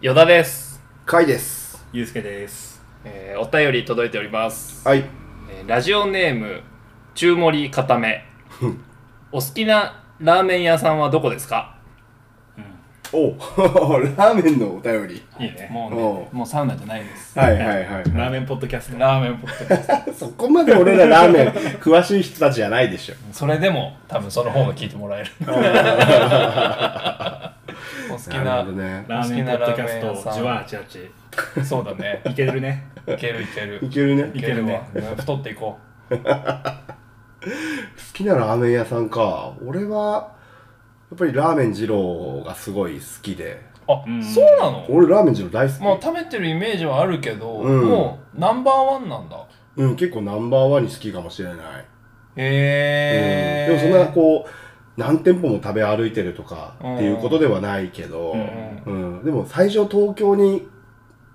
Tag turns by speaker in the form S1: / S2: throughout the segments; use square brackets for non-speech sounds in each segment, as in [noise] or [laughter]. S1: よだです、
S2: かいです
S3: ゆうすけです。
S1: えーお便り届いております、
S2: はい
S1: えーラジオネーム中盛り固めお好きなラーメン屋さんはどこですか
S2: お [laughs] ラーメンのお便り
S3: いいね。
S1: もう
S2: お
S1: ねもうサウナじゃないです
S2: はいはいはい
S3: ラーメンポッドキャス
S1: [laughs]
S3: ト。
S1: ラーメンポッドキャス
S2: [laughs] そこまで俺らラーメン詳しい人たちじゃないでしょ
S1: トそれでも多分その方が聞いてもら
S2: [laughs]
S1: えるお好き
S2: な
S1: な
S2: るほどね
S3: ラーメンポッドキャス
S1: 好きなラーメン屋さ
S3: ト、
S1: ん
S3: じわあちあち。
S1: そうだね
S3: いけるね。
S1: いけるいける
S2: いけるね
S1: い
S2: 好
S1: けるわ
S3: い
S1: うん太っていこ
S2: きなラーメン屋さんか俺はやっぱりラーメン二郎がすごい好きで
S1: うあ
S3: うん
S1: そうなの
S2: 俺ラーメン二郎大好き、
S1: もう食べてるイメージはあるけど、
S2: うん
S1: もうナンバーワンなんだ
S2: うん、結構ナンバーワンに好きかもしれない、
S1: へえ
S2: うん、でもそんなこう何店舗も食べ歩いてるとかっていうことではないけど、
S3: うん
S2: うん、でも最初東京に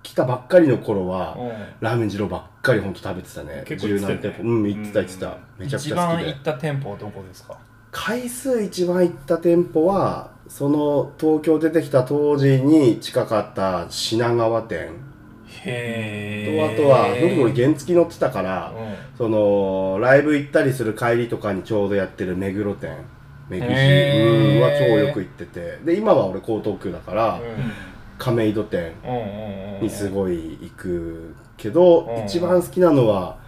S2: 来たばっかりの頃は、
S1: うん
S2: ラーメン二郎ばっかりほんと食べてたね
S3: 結構行ってたよ
S2: 十何
S3: ね
S2: 店舗うん行ってた行ってた、めちゃく
S1: 一
S2: ちゃ好
S1: 番
S2: き
S1: 行
S2: で
S1: った店舗はどこですか
S2: 回数一番行った店舗はその東京出てきた当時に近かった品川店と、
S1: へ
S2: あとはその時俺原付乗ってたから、そのライブ行ったりする帰りとかにちょうどやってる目黒店目黒
S1: へー
S2: うんは超よく行っててで今は俺江東区だから、亀戸店にす
S1: い
S2: ごい行くけど、
S1: うん
S2: 一番好きなのは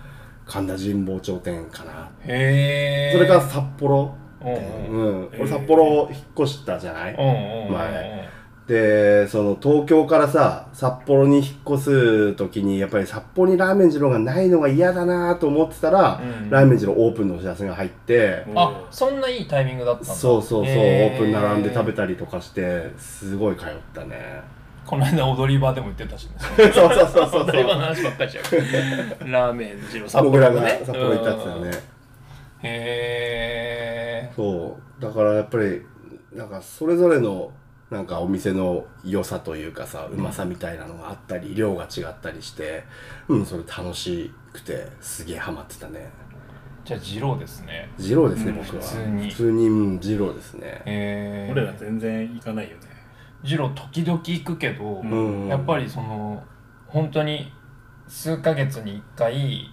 S2: 神田神保町店かな、
S1: へえ
S2: それから札幌
S1: うん
S2: 店、
S1: うん
S2: うん
S3: へー
S2: 俺札幌引っ越したじゃない、
S1: うんうん
S2: 前でその東京からさ札幌に引っ越す時にやっぱり札幌にラーメン二郎がないのが嫌だなと思ってたら、
S1: うん
S2: ラーメン二郎オープンのお知らせが入って、
S1: あそんないいタイミングだったんだ
S2: そうそうそう、
S1: へ
S2: オープン並んで食べ
S1: た
S2: たりとかしてすごい通ったね
S1: この間踊り場でも行ってたしね
S2: そうそうそうそうそう
S1: 踊り場
S2: [laughs]
S1: の話ばっかりしちゃうラーメン二郎札幌
S2: 僕ら
S1: の
S2: が
S1: ね
S2: 札幌行ったってたよ
S1: うん
S2: ね
S1: へえ
S2: そうだからやっぱりなんかそれぞれのなんかお店の良さというかさうまさみたいなのがあったり量が違ったりしてうんそれ楽しくてすげえハマってたね
S1: じゃあ二郎ですね
S2: 二郎ですね、
S3: うん
S2: 僕は
S1: 普通に
S2: 普通にうん二郎ですね
S1: へえ
S3: 俺ら全然行かないよね。
S1: 二郎時々行くけど、
S2: うん
S1: やっぱりその本当に数ヶ月に1回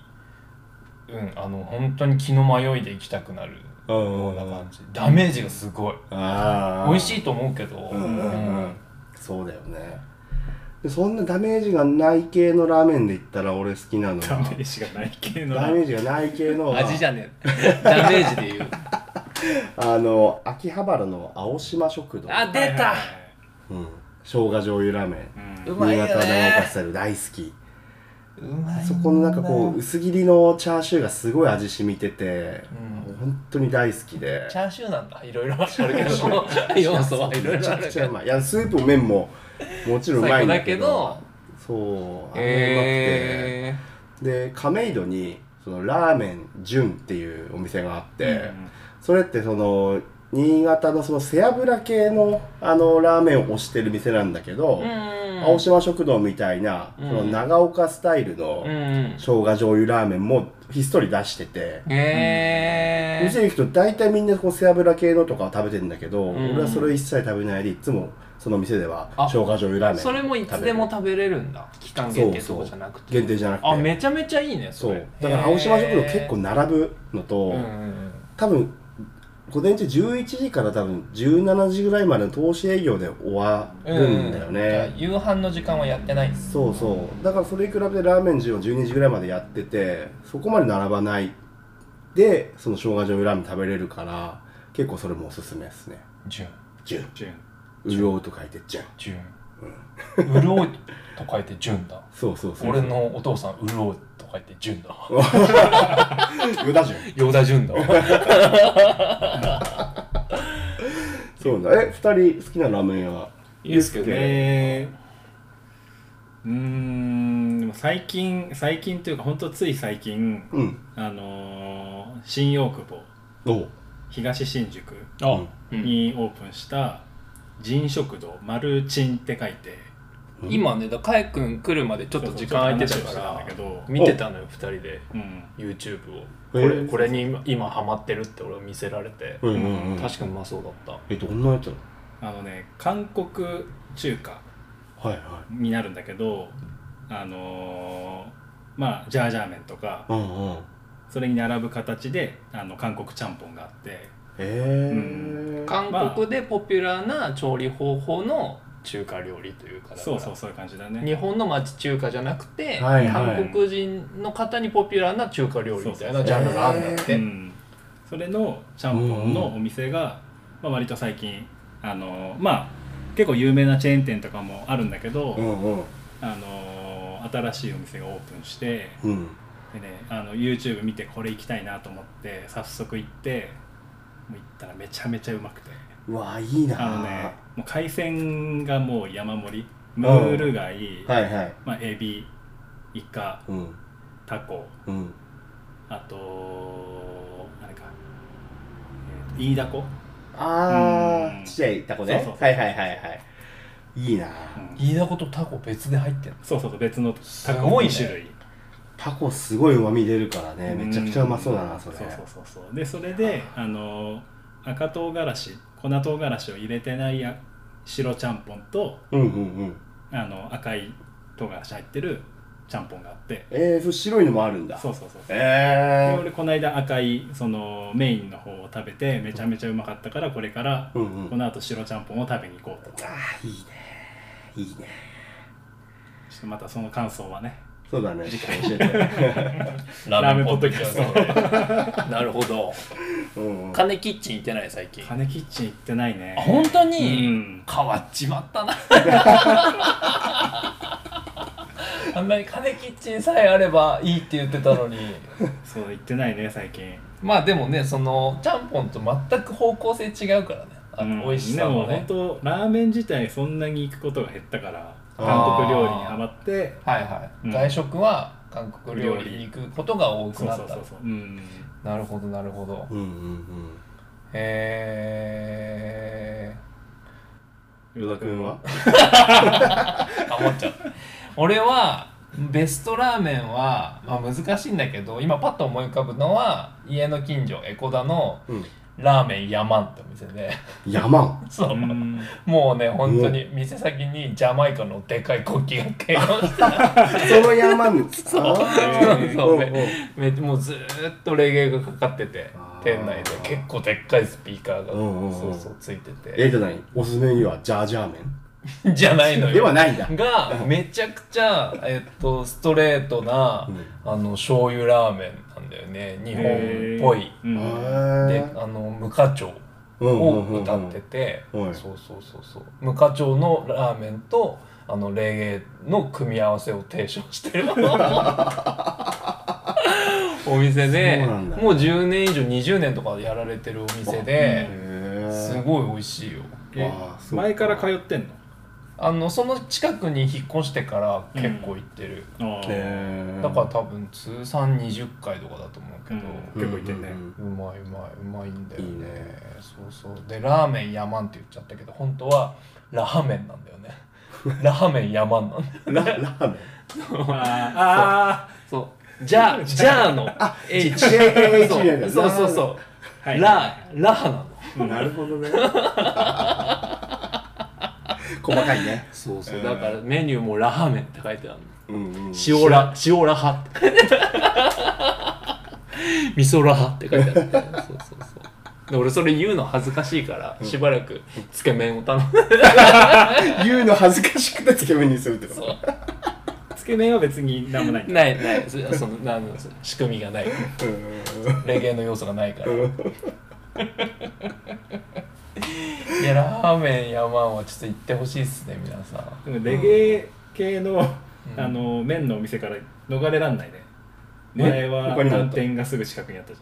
S1: うんあの本当に気の迷いで行きたくなるような感じダメージがすごい
S2: あ
S1: 美味し
S2: い
S1: いと思うけど、
S2: うんうん
S1: う
S2: うんんそうだよねでそんなダメージがない系のラーメンで言ったら俺好きなのは
S3: ダメージがない系の。
S2: ダメージがない系のは
S1: 味じゃねえダメージで言う
S2: あの秋葉原の青島食堂
S1: あ
S3: はい
S1: 出
S3: はい
S1: た
S3: はい
S2: うん、生姜醤油ラーメン
S3: う
S1: うんまい
S2: 新
S1: よね
S2: 潟のパスタル大好き
S1: うまいな
S2: そこのなんかこう薄切りのチャーシューがすごい味染みてて、
S1: うん
S2: 本当に大好きで
S1: チャーシューなんだいろいろあるけど [laughs] 要素はいろい
S2: めち
S1: ろあ
S2: ゃ
S1: る
S2: く
S1: け
S2: ちゃう
S1: ど
S2: まいいやスープも麺ももちろんうまいんだけど
S1: 最高だ
S2: そうあれうまくて、
S1: え
S2: で亀戸にそのラーメン純っていうお店があって、
S3: うん
S2: それってその新潟のその背脂系のあのラーメンを推してる店なんだけど、
S1: ー、
S2: 青島食堂みたいな、
S1: うん
S2: その長岡スタイルの
S1: うんうん
S2: 生姜醤油ラーメンもひっそり出してて、
S1: へえ
S2: 店に行くと大体みんなこう背脂系のとかを食べてんだけど、
S1: ん
S2: 俺はそれ一切食べないでいつもその店では
S1: あ
S2: 生姜醤油ラーメン
S1: それもいつでも
S2: 食
S1: 食べれるんだ期間限定とかじゃなくて
S2: べる限定じゃなくて
S1: あめちゃめちゃいいねそ
S2: そ
S1: れ
S2: うだから青島食堂結構
S1: へ
S2: 並ぶのと、
S1: ーうんうん
S2: 多分午前中11時から多分17時ぐらいまでの投資営業で終わ
S1: うん
S2: るんだよね、
S1: じゃあ夕飯の時間はやってないんです
S2: そうそうだからそれに比べてラーメン10を12時ぐらいまでやっててそこまで並ばないでその生姜醤油ラーメン食べれるから結構それもおすすめですね
S1: じゅん
S2: ジュン
S3: ジュン
S2: 潤うと書いてジュン
S1: じゅんうろうと書いてじゅんだ
S2: そうそうそう
S1: 俺のお父さんうろうと書いてじゅんだわ
S2: ヨダジュン
S1: ヨダじゅんだわ
S2: そうだえ二2人好きなラーメン屋はい
S3: いですけどね。うーん、でも最近、最近というか、本当つい最近、
S2: うん
S3: あのー、新大久保、
S2: おう
S3: 東新宿
S2: あ
S1: うん
S3: にオープンした、人食堂、丸チンって書いて、
S1: 今ねだかえくん来るまでちょっと時間空いてた
S3: そうそうちょっと話を
S1: か
S3: してたんだけど
S1: ら見てたのよ2人で
S3: うん、
S1: YouTube をこ
S2: えー
S1: れこれに今今ハマってるって俺を見せられて
S2: うんうんうん
S1: 確かにうまそうだった
S2: えどんなやつなの
S3: あのね韓国中華
S2: はいは
S3: になるんだけどあのーまあジャージャー麺とか
S2: いうんうん
S3: それに並ぶ形であの韓国ちゃんぽんがあって
S2: えー
S3: う
S1: 韓国でポピュラーな調理方法の中華料理というかだから
S3: そうそうそういう感じだね
S1: 日本の町中華じゃなくて、
S2: はいはい
S1: 韓国人の方にポピュラーな中華料理みたいなジャンルがあるんだっ
S3: う
S1: て、
S3: ん、それのちゃんぽんのお店が、まあ、割と最近あのまあ結構有名なチェーン店とかもあるんだけど、
S2: うんうん
S3: あの新しいお店がオープンして
S2: うん
S3: で、ね、あの YouTube 見てこれ行きたいなと思って早速行ってもう行ったらめちゃめちゃうまくて
S2: うわいいな
S3: あのねもう海鮮がもう山盛りムール貝、
S2: はいはい
S3: まあ、エビイカ
S2: うん
S3: タコ
S2: うん
S3: あとあれか、えーとイイダコ
S2: あ
S3: う
S2: あ
S3: ん
S2: ちっちゃいタコね
S3: そうそうそう
S2: はいはいはいはいいいな
S3: うん
S1: 飯田ことタコ別で入ってんの
S3: そうそうそう別のタ
S1: すご
S3: コ
S1: い
S3: 2
S1: ね
S3: 種類、
S2: タコすごいうまみ出るからねめちゃくちゃうまそうだなそれ
S3: そうそうそうそうでそれであの赤唐辛子粉唐辛子を入れてないや白ちゃんぽんと
S2: うんうんうん
S3: あの赤い唐辛子入ってるちゃんぽんがあって
S2: えー、そう白いのもあるんだ
S3: そうそうそうそうで
S2: え
S3: 俺この間赤いそのメインの方を食べてめちゃめちゃうまかったからこれから
S2: ー、うんう
S3: こ
S2: んあ
S3: の後白ちゃんぽんを食べに行こうとちょ
S2: ーいいねいいね
S3: っとまたその感想はね
S2: そうだね次回教えて
S3: ラーメンポッドキャスト [laughs]
S1: トなるほど
S2: うんうん
S1: 金キッチン行ってない最近
S3: 金キッチン行ってないね
S1: あ本当
S3: 当
S1: に、
S3: うん
S1: 変わっちまった
S3: [laughs]
S1: なあんなに金キッチンさえあればいいって言ってたのに
S3: そう行ってないね最近
S1: まあでもねそのちゃんぽんと全く方向性違うからねあの、美味しさもね
S3: でも本当ラーメン自体そんなに行くことが減ったから
S2: あー
S3: 韓国料理にハマって
S1: はいはい、
S3: うん
S1: 外食は韓国料理に行くことが多く
S3: そう
S1: な
S3: そ
S1: っ
S3: う
S1: た
S3: そうそううん
S1: なるほどなるほど
S2: うんうんうん
S1: へえ
S3: 与田
S2: 君は
S1: あ思っちゃう [laughs] 俺はベストラーメンは、まあ、難しいんだけど今パッと思い浮かぶのは家の近所江古田の
S2: うん
S1: ラーメン山ってお店で [laughs]
S2: 山ん
S1: そう、
S3: うん
S1: もうね本当に店先にジャマイカのでかい国旗が掲揚して
S2: その山んそう
S1: そうそう
S2: うんうん
S1: めもうずーっとレゲエがかかってて
S2: あー
S1: 店内で結構でっかいスピーカーが
S2: うんうんうん
S1: そうそうついてて
S2: えっと何おすすめにはジャージャー麺
S1: じゃないの
S2: では
S1: よ
S2: ないんだ
S1: がめちゃくちゃ、えっと、ストレートな、あの醤油ラーメンなんだよね日本っぽい
S3: うん
S1: で
S2: で
S1: あの無課長を
S2: を
S1: 歌ってて、
S2: うんうんうんはい
S1: そうそうそうそう無課長のラーメンとあのレゲエの組み合わせを提唱して
S2: [laughs]
S1: るお店で
S2: そうなんだ
S1: もう10年以上20年とかやられてるお店で、す
S2: す
S1: ごい美味しいよ
S3: え
S2: あーそうか
S3: 前から通ってんの
S1: あのその近くに引っ越してから結構行ってる、
S3: あー
S1: だから多分通算20回とかだと思うけど、
S3: うん
S2: 結
S3: 結
S2: 構
S3: 構
S2: い
S3: い
S2: て
S3: て
S2: ん
S3: ん
S2: ね
S3: ね
S1: うまいうまいうまいんだよね
S2: いいね
S1: そうそうでラーメンヤマンって言っちゃったけど本当はラーメンなんだよ [laughs] ねラーメンヤマンなんだよ
S2: ララーメン
S3: あ
S1: そうじゃあじゃあの H
S2: じゃあ H なんだ
S1: そうそうそうそう、
S3: ーはい
S1: ララーなの
S2: なるほど
S1: [laughs]
S2: ね細かいね
S1: そうそううんだからメニューもラーメンって書いてあるの
S2: うんうん
S1: 塩ラ塩ラ派って味噌ラ派って書いてあるんだよねそうそうそうで俺それ言うの恥ずかしいからしばらくつけ麺を頼む
S2: 言うの恥ずかしくてつけ麺にするってこ
S1: そう
S2: と
S3: つけ麺は別になんもないんだ
S1: ないないそそのなんのそ仕組みがないレゲエの要素がないから
S2: う
S1: い
S2: んうん
S1: やラーメン山はちょっと行ってほしいっすね皆さん
S3: でもレゲエ系の
S1: うん
S3: [laughs] あの麺のお店から逃れらんないね
S2: ね
S3: 前は
S2: 他にもあった
S3: 南店がすぐ近くにあったじ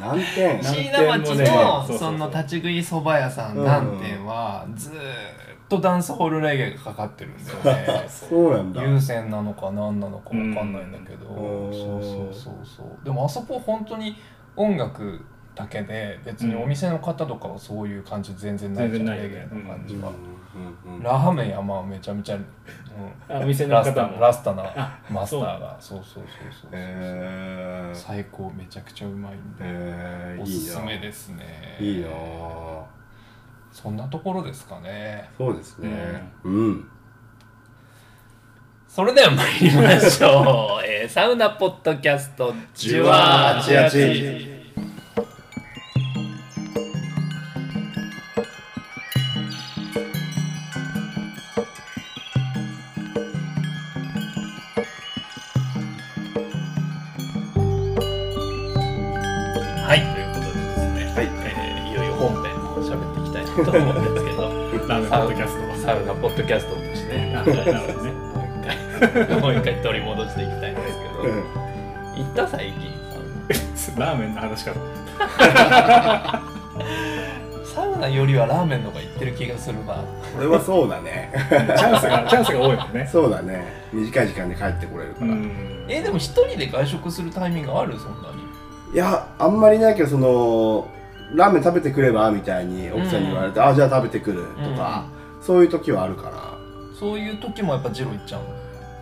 S2: 何点
S3: なん
S1: 椎名町の
S3: 南店もねそうそうそう
S1: その立ち食いそば屋さん
S2: うん
S1: 何店はずーっとダンスホールレゲエがかかってるんだよね
S2: そうなんだ
S1: 優先なのか何なのか分かんないんだけど、
S2: うん
S1: そうそうそうそうでもあそこ本当に音楽だけで別にお店の方とかはそういう感じ全然ないじゃん、
S3: 全然ない
S1: レ
S3: よ
S1: ゲ
S3: ね
S1: エの感
S2: う
S1: じ
S2: ん
S1: は、
S2: うんうん
S1: ラーメン山はめちゃめちゃ、うん、
S3: ゃんあお店の
S1: ラス
S3: 方
S1: タ
S3: も
S1: ラスタなマスターがそうそうそうそうそう、
S2: えー
S1: 最高めちゃくちゃうまいんで、
S2: えー
S1: お
S2: いい
S1: す
S2: な
S1: すめですね
S2: いいな
S1: そんなところですかね
S2: そうですね。うん。
S1: それでは参りまし
S2: [laughs]
S1: ょう、えーサウナポッドキャスト
S2: じわーちあち
S1: はいということでですね、
S2: はい
S1: えーいよいよ本編を喋っていきたいなと思うんですけ
S2: [laughs]
S1: ど
S3: ラーメンポッドキャストは
S1: サウナポッドキャストとしてね
S3: あなるほどね
S1: もう一回 [laughs] もう一回取り戻していきたいんですけど
S2: うん
S1: 行った最近
S3: ラーメンの話かと
S1: サウナよりはラーメンの方が行ってる気がするな
S2: これはそうだね。
S3: チャンスが
S2: [laughs]
S3: チャンスが多いもんね
S2: そうだね。短い時間で帰ってこれるか
S3: う
S2: ら。
S3: ん
S1: えでも一人で外食するタイミングあるそんなに
S2: いや、あんまりないけど、その、ラーメン食べてくればみたいに奥さんに言われて、あ、じゃあ食べてくるとか、そういう時はあるから。
S1: そういう時もやっぱジロ行っちゃうの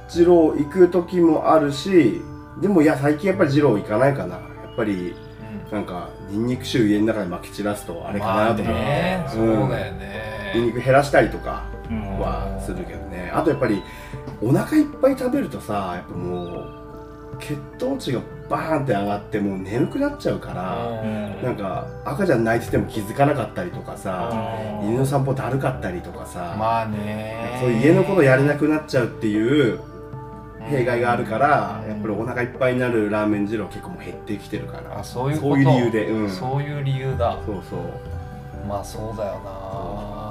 S2: 二郎行く時もあるし、でもいや、最近やっぱり二郎行かないかな。やっぱり、なんか、ニンニク臭家の中でまき散らすとあれかな
S1: ま
S2: と
S1: あ
S2: か、
S1: ね
S2: うん
S1: そうだよ
S2: ニンニ
S1: ね
S2: ク減らしたりとか
S3: うん
S2: はするけどね。あとやっぱり、お腹いっぱい食べるとさ、やっぱもう、血糖値がバーンって上がって、もう眠くなっちゃうから、
S1: うん
S2: なんか赤ちゃん泣いてても気づかなかったりとかさ
S1: うん
S2: 犬の散歩だるかったりとかさ、
S1: まあね
S2: そういう家のことやれなくなっちゃうっていう弊害があるから、
S1: うん
S2: やっぱりお腹いっぱいになるラーメン二郎結構もう減ってきてるから
S1: あそういうこと
S2: そういう理由でうんそう
S1: そういう理由だ
S2: そう
S1: まあそうだよ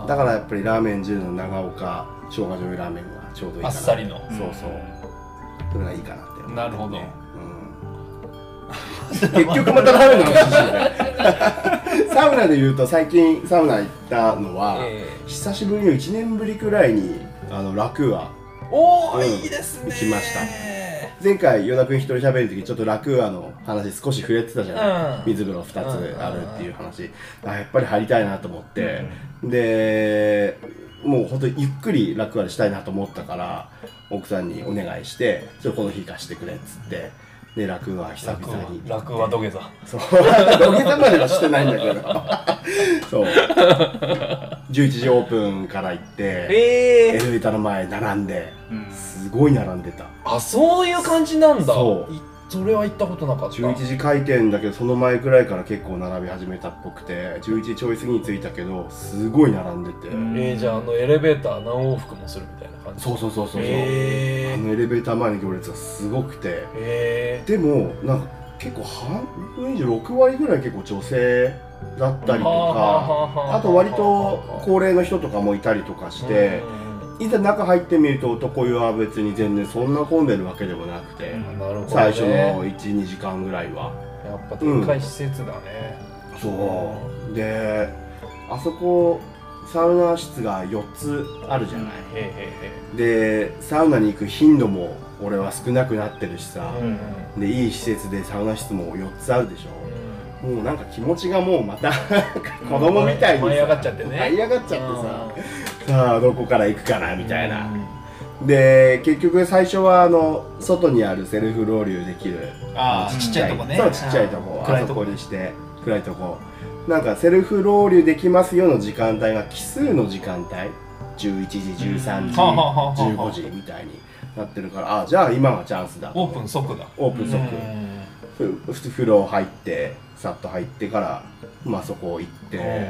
S1: な
S2: だからやっぱりラーメン二郎の長岡生姜醤油ラーメンがちょうどいいかな
S1: あっさりの
S2: そうそうそれがいいかなって思う
S1: なるほど
S2: うん結局またラーメンの話し
S1: [laughs]
S2: てるサウナで言うと最近サウナ行ったのは、
S1: え
S2: 久しぶりに1年ぶりくらいにあの楽は
S1: えおお
S2: うん
S1: いいですね
S2: 行きました前回与田君一人喋る時ちょっと楽はの話少し触れてたじゃない、
S1: うん
S2: 水風呂2つあるっていう話、あやっぱり入りたいなと思って、でもうほんとゆっくり楽はしたいなと思ったから奥さんにお願いして「ちょっとこの日貸してくれ」っつってで楽は久
S1: 楽
S2: 々
S1: は
S2: に
S1: 楽は土下座
S2: そう土下座まではしてないんだけどそう11時オープンから行って
S1: え
S2: エレベーターの前並んで
S3: うん
S2: すごい並んでた
S1: あそういう感じなんだ
S2: そう
S1: いそれは行ったことなかった
S2: 11時開店だけどその前くらいから結構並び始めたっぽくて11時ちょい過ぎに着いたけどすごい並んでて、
S3: うん
S1: えー、じゃああのエレベーター何往復もするみたいな感じ
S2: そうそうそうそうそう、
S1: へ
S2: あ
S1: え
S2: のエレベーター前の行列がすごくて
S1: へえ
S2: でもなんか結構半分以上6割ぐらい結構女性だったりとかあと割と高齢の人とかもいたりとかして、いざ中入ってみると男湯は別に全然そんな混んでるわけでもなくて、
S3: うん
S1: なるほど、ね、
S2: 最初の12時間ぐらいは
S1: やっぱでっかい施設だね、
S2: そうであそこサウナ室が4つあるじゃない
S1: へえ
S2: でサウナに行く頻度も俺は少なくなってるしさ
S1: へえへえ、うんうん
S2: でいい施設でサウナ室も4つあるでしょもうなんか気持ちがもうまた子供みたいにさ
S1: 舞い上がっちゃってね
S2: 舞い上がっちゃって
S1: て
S2: ささあどこから行くかなみたいなで結局最初はあの外にあるセルフロウリュできる
S1: あ
S3: ー
S1: あ
S3: ち
S1: ち
S3: っ
S1: っ
S3: ち
S1: ち
S3: ゃ
S1: ゃ
S3: い
S1: いと
S3: とこ
S1: こ
S2: そ
S1: ね
S2: うちっちゃいとこ
S1: 暗
S2: あ
S1: い
S2: そ
S1: とこ
S2: こにして暗いとこなんかセルフロウリュできますよの時間帯が奇数の時間帯11時13時
S1: はあはあはあは
S2: 15
S1: あ
S2: 時みたいになってるからあじゃあ今がチャンスだ
S1: オープン即だ
S2: オープン即
S1: うん
S2: ふふ風呂入ってさっと入ってからまあそこ行って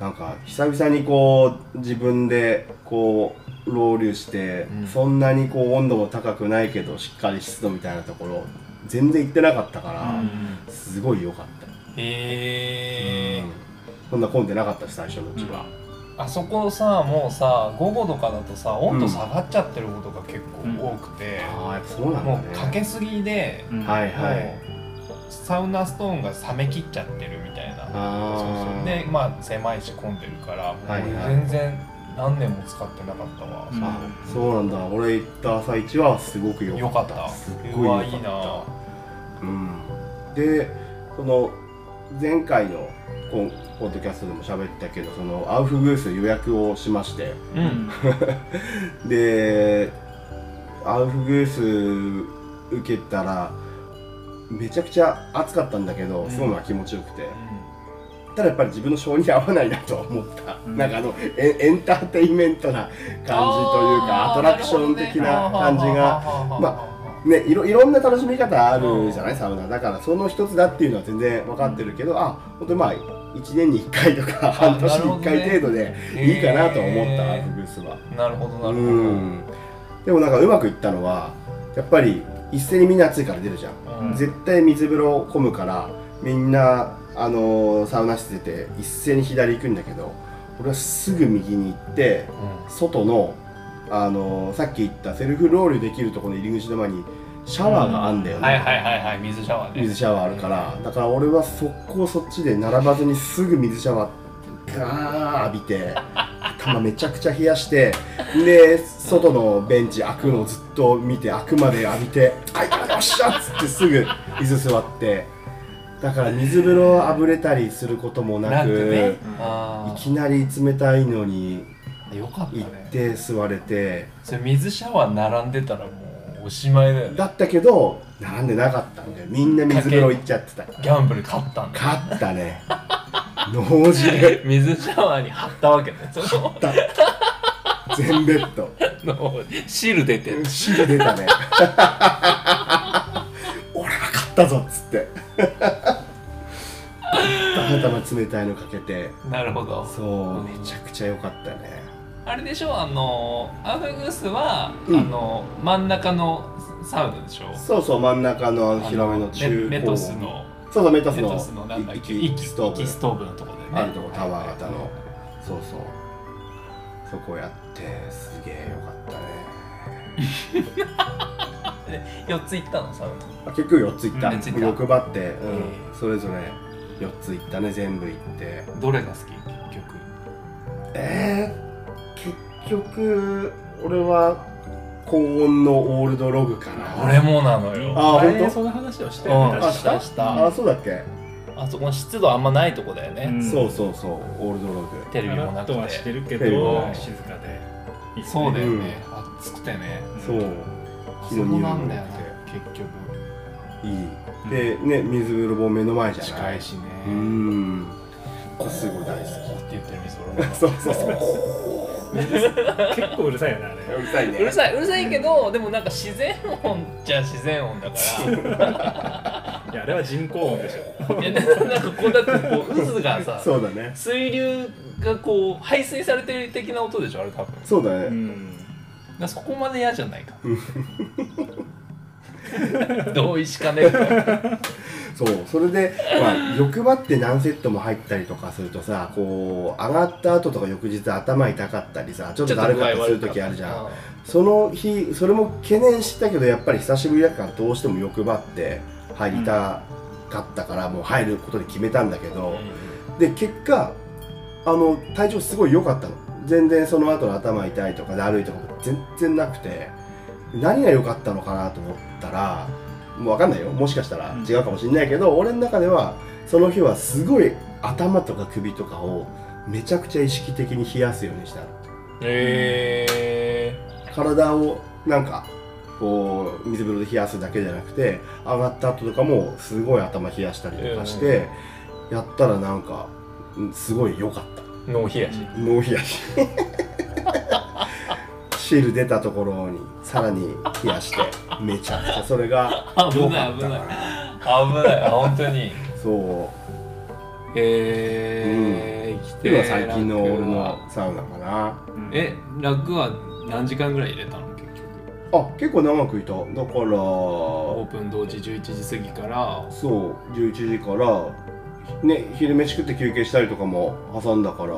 S2: なんか久々にこう自分でこうロウリュして、
S1: うん
S2: そんなにこう温度も高くないけどしっかり湿度みたいなところ全然行ってなかったから、
S1: うん
S2: すごい良かった
S1: へえ
S2: そんな混んでなかったし最初のうちは、
S1: あそこさもうさ午後とかだとさ温度下がっちゃってることが結構多くて、
S2: ああやっぱそうなんだ
S1: も
S2: ね
S1: うかけすぎで、
S3: うん
S2: はいはい
S1: もうサウナストーンが冷めきっちゃってるみたいなそう
S2: ああ
S1: そうでまあ狭いし混んでるからもう
S2: はいはい
S1: 全然何年も使ってなかったわ、
S3: うん
S2: あそうなんだ俺行った朝一はすごく良
S1: よ
S2: か
S1: か
S2: っ
S1: ったた
S2: すっごいう良か
S1: わ
S2: った
S1: いいな
S2: うん、でその前回のこんポッドキャストでも喋ったけどそのアウフグース予約をしまして
S1: う
S3: うんん
S2: でアウフグース受けたらめちゃくちゃ暑かったんだけど、
S1: うん
S2: すごいのが気持ちよくて、ただやっぱり自分の性に合わないなとは思った、
S3: うん
S2: なんかあのエエンターテインメントな感じというかアトラクション的な感じが。ま
S1: あ
S2: ね、いろいろんな楽しみ方あるじゃないサウナだからその一つだっていうのは全然分かってるけど、あ本当にまあ1年に1回とか半年に1回程度でいいかなとは思った、
S1: へー
S2: フグスは。
S1: なるほどなるほど、
S2: うんでもなんかうまくいったのはやっぱり一斉にみんな暑いから出るじゃん、
S1: うん
S2: 絶対水風呂混むからみんなあのーサウナ室出て一斉に左行くんだけど俺はすぐ右に行って外のあのーさっき言ったセルフロールできるところの入り口の前にシャワーがあんだよね、
S1: はいはいはいはい水シャワーね
S2: 水シャワーあるから、だから俺は速攻そっちで並ばずにすぐ水シャワーガー浴びて頭めちゃくちゃ冷やしてで外のベンチ開くのをずっと見て開くまで浴びて「はいよっしゃ!」っつってすぐ水座ってだから水風呂あぶれたりすることもなく
S1: なくね
S3: うん
S1: あ
S2: いきなり冷たいのに
S1: あよかった
S2: 行
S1: ね
S2: って座れて
S1: それ水シャワー並んでたらもうおしまいだ
S2: [laughs]
S1: よね
S2: だったけど並んでなかったんだよみんな水風呂行っちゃってたから
S1: ギャンブル勝った
S2: [laughs]
S1: んだ
S2: 勝ったね脳汁
S1: 水シャワーに貼ったわけね
S2: [laughs]
S1: その
S2: 全ベッド
S1: の汁出てる
S2: 汁出たね俺が勝ったぞっつってたまたま冷たいのかけて
S1: なるほど
S2: そうめちゃくちゃ良かったね
S1: あれでしょあのアフグースは、
S2: うん
S1: あの真ん中のサウナでしょ
S2: そうそう真ん中のあの広めの中
S1: メメトスの
S2: そうそうメトス
S1: メトスの
S2: の
S1: なんだっけ
S2: 息ストーブ
S1: 息ストーブのとこだよね
S2: あるとこタワー型の
S1: はいはい
S2: そうそうそこやってすげえ良かったね
S1: はい4つ行ったのサウナ
S2: あ結局4ついった,、
S1: うん四つ行った
S2: 欲張って、うん
S1: へえ
S2: それぞれ4ついったね全部いって
S1: どれが好き結局
S2: えー、結局俺は高温のオールドログかな
S1: 俺もなのよ
S2: あ
S3: 前
S2: 本当
S3: その話をしてよね
S1: うん
S2: あ
S3: 確
S2: し
S3: か
S2: た
S1: 出した
S2: あそうだっけ、
S1: あそこの湿度あんまないとこだよね、
S3: うん
S2: そうそうそうオールドログ
S1: テレビも
S3: カラ
S1: な
S3: ッ
S1: く
S3: と
S1: て
S3: はしてるけ
S2: テレビ
S1: も
S3: ど
S1: ない
S3: 静かでいい
S1: そうだよね、暑くてね
S2: そう
S1: そ
S2: 木
S1: こ
S2: の匂い
S1: な
S2: も
S1: んだよ
S2: 良
S1: な
S2: く
S1: 結局
S2: ていいでね水風呂も目の前じゃな
S1: 近
S2: い
S1: いしね
S2: うーんすごい大
S1: こう
S2: 好
S1: って言ってる水風
S2: き
S1: 呂
S2: そうそうそう
S3: 結構うるさいよねあれ
S2: [laughs] うるさいね
S1: うるさいうるさいけどでもなんか自然音じゃ自然音だから
S3: いやあれは人工音でしょ
S1: いやなんかこうだってこう渦がさ
S2: そうだね
S1: 水流がこう排水されてる的な音でしょあれ多分だか
S2: そうだね、
S3: うん
S1: らそこまで嫌じゃないか [laughs] 同意しかねえから
S2: そうそれで、まあ、欲張って何セットも入ったりとかするとさこう上がった後とか翌日頭痛かったり [laughs] さちょっとだるかったりする時あるじゃんその日それも懸念してたけどやっぱり久しぶりだからどうしても欲張って入りたかったから、もう入ることに決めたんだけ
S1: うん
S2: ど、で結果あの体調すごい良かったの全然その後の頭痛いとかだるいとかも全然なくて何が良かったのかなと思ったらもう分かんないよもしかしたら
S3: うん
S2: 違うかもしれないけど、俺の中ではその日はすごい頭とか首とかをめちゃくちゃ意識的に冷やすようにしたの
S1: え
S2: 体をなんかこう水風呂で冷やすだけじゃなくて上がった後とかもすごい頭冷やしたりとかして、やったらなんかうんすごい良かった
S1: ー、ノーヒヤシ
S2: ノー冷やし汁出たところにさらに冷やしてめちゃくちゃそれが
S1: 危な
S2: 良
S1: い
S2: かっ
S1: 危な
S2: たない
S1: 危ない本当に
S2: そ
S1: えー生き
S2: うって
S1: て
S2: いうのは最近の
S1: 楽
S2: 俺
S1: は
S2: のサウナかな
S3: うん
S1: え楽は何時間ぐらい入れたの結局
S2: あ結構長くいただから
S1: オープン同時11時過ぎから
S2: そう11時からね昼飯食って休憩したりとかも挟んだから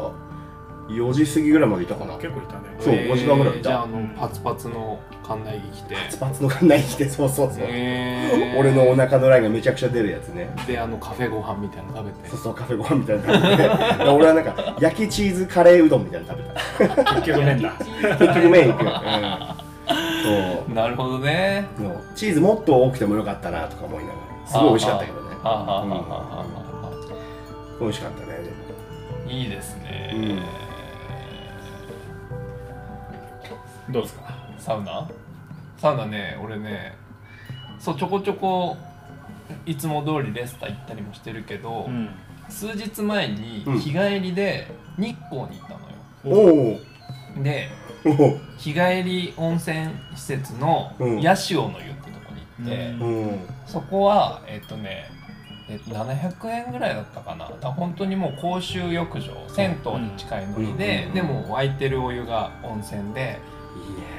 S2: 4時過ぎぐらいまでいたかな
S3: 結構いたね
S2: そう
S1: えー
S2: 5時間ぐらいいた
S1: じゃああのパツパツの館内着着て
S2: スパツの館内来てそうそうそう、
S1: えー
S2: [laughs] 俺のお腹のラインがめちゃくちゃ出るやつね
S1: であのカフェご飯みたいなの食べて
S2: そうそうカフェご飯みたいなの食べて俺はなんか焼きチーズカレーうどんみたいなの食べた
S3: 結局麺だ
S2: 結局麺行く、うん、そう
S1: なるほどね
S2: そうチーズもっと多くてもよかったなとか思いながらすごい美味しかったけどね
S1: はあはあはあはあは
S2: 美味しかったねでも
S1: あいいですね、
S2: うん
S3: どうですか
S1: サウナサウナね俺ねそうちょこちょこいつも通りレスタ行ったりもしてるけど、
S3: うん
S1: 数日前に
S2: うん
S1: 日帰りで日光に行ったのよ、
S2: おお
S1: で
S2: お
S1: 日帰り温泉施設の
S2: うん
S1: 八潮の湯ってとこに行って、
S3: うん
S2: お
S1: そこはえっとねえっと700円ぐらいだったかなだから本当にもう公衆浴場銭湯に近いノリで、
S2: うん
S1: でも沸いてるお湯が温泉で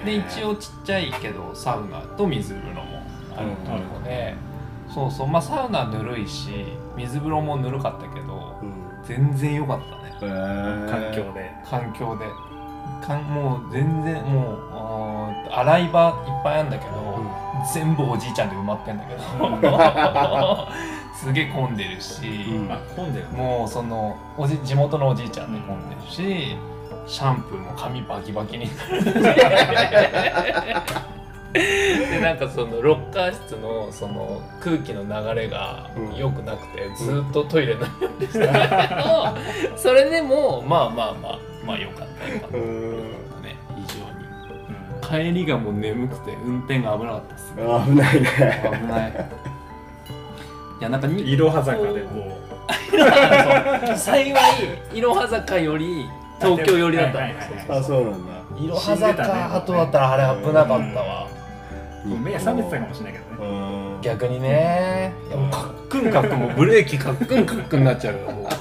S2: いいね
S1: で一応ちっちゃいけどサウナと水風呂もあるとこで、そうそうまあサウナぬるいし水風呂もぬるかったけど
S2: うん
S1: 全然良かったね
S2: へー
S3: 環境で
S1: 環境でかんもう全然もうあー洗い場いっぱいあるんだけど、
S2: うん
S1: 全部おじいちゃんで埋まってんだけど [laughs] すげえ混んでるし、
S2: うん
S3: あ混んでるね
S1: もうそのおじ地元のおじいちゃんで混んでるしシャンプーも髪バキバキ [laughs] になるでなんかそのロッカー室のその空気の流れが
S2: うん
S1: 良くなくて、ずっとトイレになるようにしてたけ [laughs] ど、それでもまあまあまあまあ良かった良かった
S2: う
S1: ね
S2: ん
S1: 非常に帰りがもう眠くて運転が危なかったですね
S2: あ危ないね
S1: [laughs] 危ない。いやなんか
S3: うん
S1: に
S3: いろは坂でこ
S1: そう幸いいろは坂より東京寄りだった
S3: はいはい
S1: そう
S3: はい
S2: あそうなんだ
S1: そういろ
S3: 死
S1: は
S3: んでたね
S1: 坂後だったらあれ危なかったわ、
S3: うもう目覚めてたかもしれないけどね
S2: うん
S1: 逆にねいやもうカックンカックンもうブレーキカックンカックンになっちゃうよもう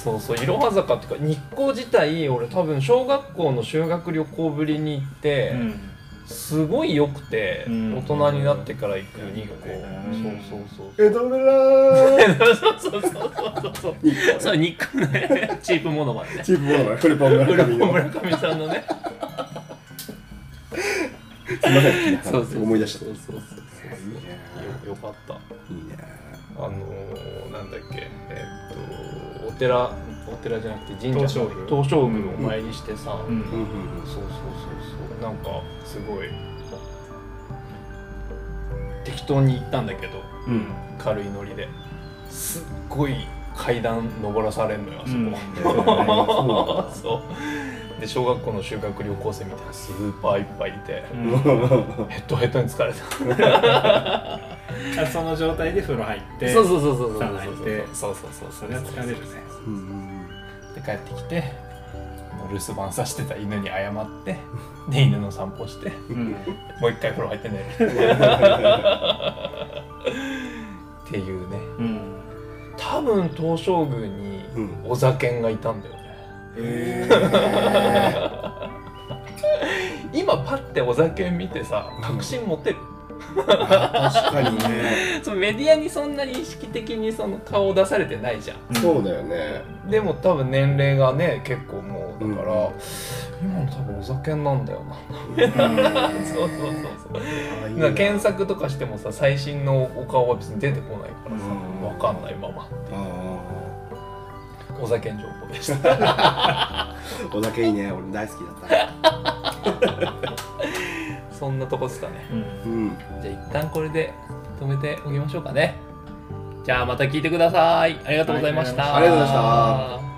S1: そうそういろは坂っていうか日光自体俺多分小学校の修学旅行ぶりに行って、すごい良くて、
S3: うん
S1: 大人になってから行く日光、
S2: うん
S1: そうそうそう
S2: えど
S1: [laughs]
S2: れだー
S1: そうそうそうそうそう
S2: いいか
S1: そう日光ねチープモノマネね
S2: チープボールだフルポン村
S1: 村
S2: 上の
S1: 村上さんのね
S2: すいません
S1: そうそうそう
S2: 思い出した
S1: そうそうそうそうよよかった
S2: いいね
S1: あのー、なんだっけえっとお寺お寺じゃなくて神社
S3: 東照宮
S1: 東照宮をお前にしてさ、
S3: うん
S2: うんうん
S1: そうそうそうそうなんかすごい適当に行ったんだけど
S3: うんうん
S1: 軽いノリですっごい階段登らされんのよあそこ、
S3: うん
S2: そ
S1: [laughs] そうで小学校の修学旅行生みたいなスーパーいっぱいいて
S3: うん
S1: ヘッドヘッドに疲れた
S3: あその状態で風呂入って
S1: そうそうそうそう
S3: サウナ行って
S1: そうそうそう
S3: それは疲れるね
S2: ううん
S1: で帰ってきて留守番さしてた犬に謝ってで犬の散歩して
S3: うん
S1: もう一回風呂入って寝るっていうね
S3: うん
S1: 多分東照宮に
S2: うん
S1: お酒んがいたんだよね
S2: え
S1: 今パッてお酒ん見てさ確信持てる、
S2: 確かにね
S1: そのメディアにそんなに意識的にその顔を出されてないじゃん
S2: そうだよね
S1: でも多分年齢がね結構もうだから、
S2: うん
S1: 今の多分お酒なんだよなそうそうそうそう
S2: あい
S1: だか
S2: いな
S1: ら検索とかしてもさ最新のお顔は別に出てこないからさ、
S2: うん
S1: わかんないまま
S2: あー
S1: お酒情報でした
S2: お酒いいね俺大好きだった
S1: [laughs] そんなとこですかね
S3: うん
S2: うん
S1: じゃあ一旦これで止めておきましょうかねじゃあまた聞いてくださいありがとうございました、
S2: はいありがとうございました